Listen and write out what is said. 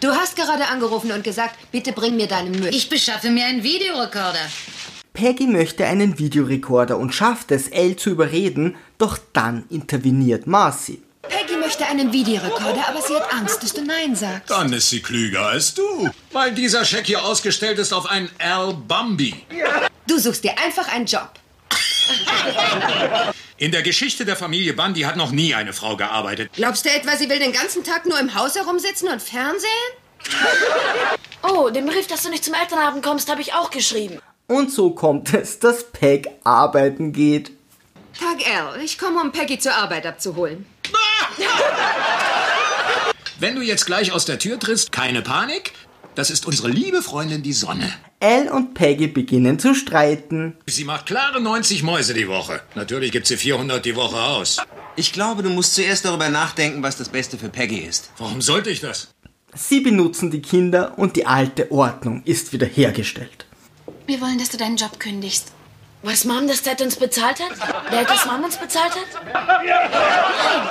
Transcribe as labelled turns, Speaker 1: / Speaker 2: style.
Speaker 1: Du hast gerade angerufen und gesagt, bitte bring mir deinen Müll.
Speaker 2: Ich beschaffe mir einen Videorekorder.
Speaker 3: Peggy möchte einen Videorekorder und schafft es, Elle zu überreden, doch dann interveniert Marcy.
Speaker 1: Peggy möchte einen Videorekorder, aber sie hat Angst, dass du Nein sagst.
Speaker 4: Dann ist sie klüger als du.
Speaker 5: Weil dieser Scheck hier ausgestellt ist auf einen Al Bambi.
Speaker 1: Du suchst dir einfach einen Job.
Speaker 5: In der Geschichte der Familie Bundy hat noch nie eine Frau gearbeitet.
Speaker 1: Glaubst du etwa, sie will den ganzen Tag nur im Haus herumsitzen und Fernsehen?
Speaker 6: Oh, den Brief, dass du nicht zum Elternabend kommst, habe ich auch geschrieben.
Speaker 3: Und so kommt es, dass Peg arbeiten geht.
Speaker 1: Tag L, ich komme, um Peggy zur Arbeit abzuholen.
Speaker 5: Wenn du jetzt gleich aus der Tür trittst, keine Panik. Das ist unsere liebe Freundin die Sonne.
Speaker 3: Elle und Peggy beginnen zu streiten.
Speaker 5: Sie macht klare 90 Mäuse die Woche. Natürlich gibt sie 400 die Woche aus.
Speaker 7: Ich glaube, du musst zuerst darüber nachdenken, was das Beste für Peggy ist.
Speaker 5: Warum sollte ich das?
Speaker 3: Sie benutzen die Kinder und die alte Ordnung ist wiederhergestellt.
Speaker 8: Wir wollen, dass du deinen Job kündigst.
Speaker 6: Weiß Mom, dass Dad uns bezahlt hat? Dad, dass Mom uns bezahlt hat?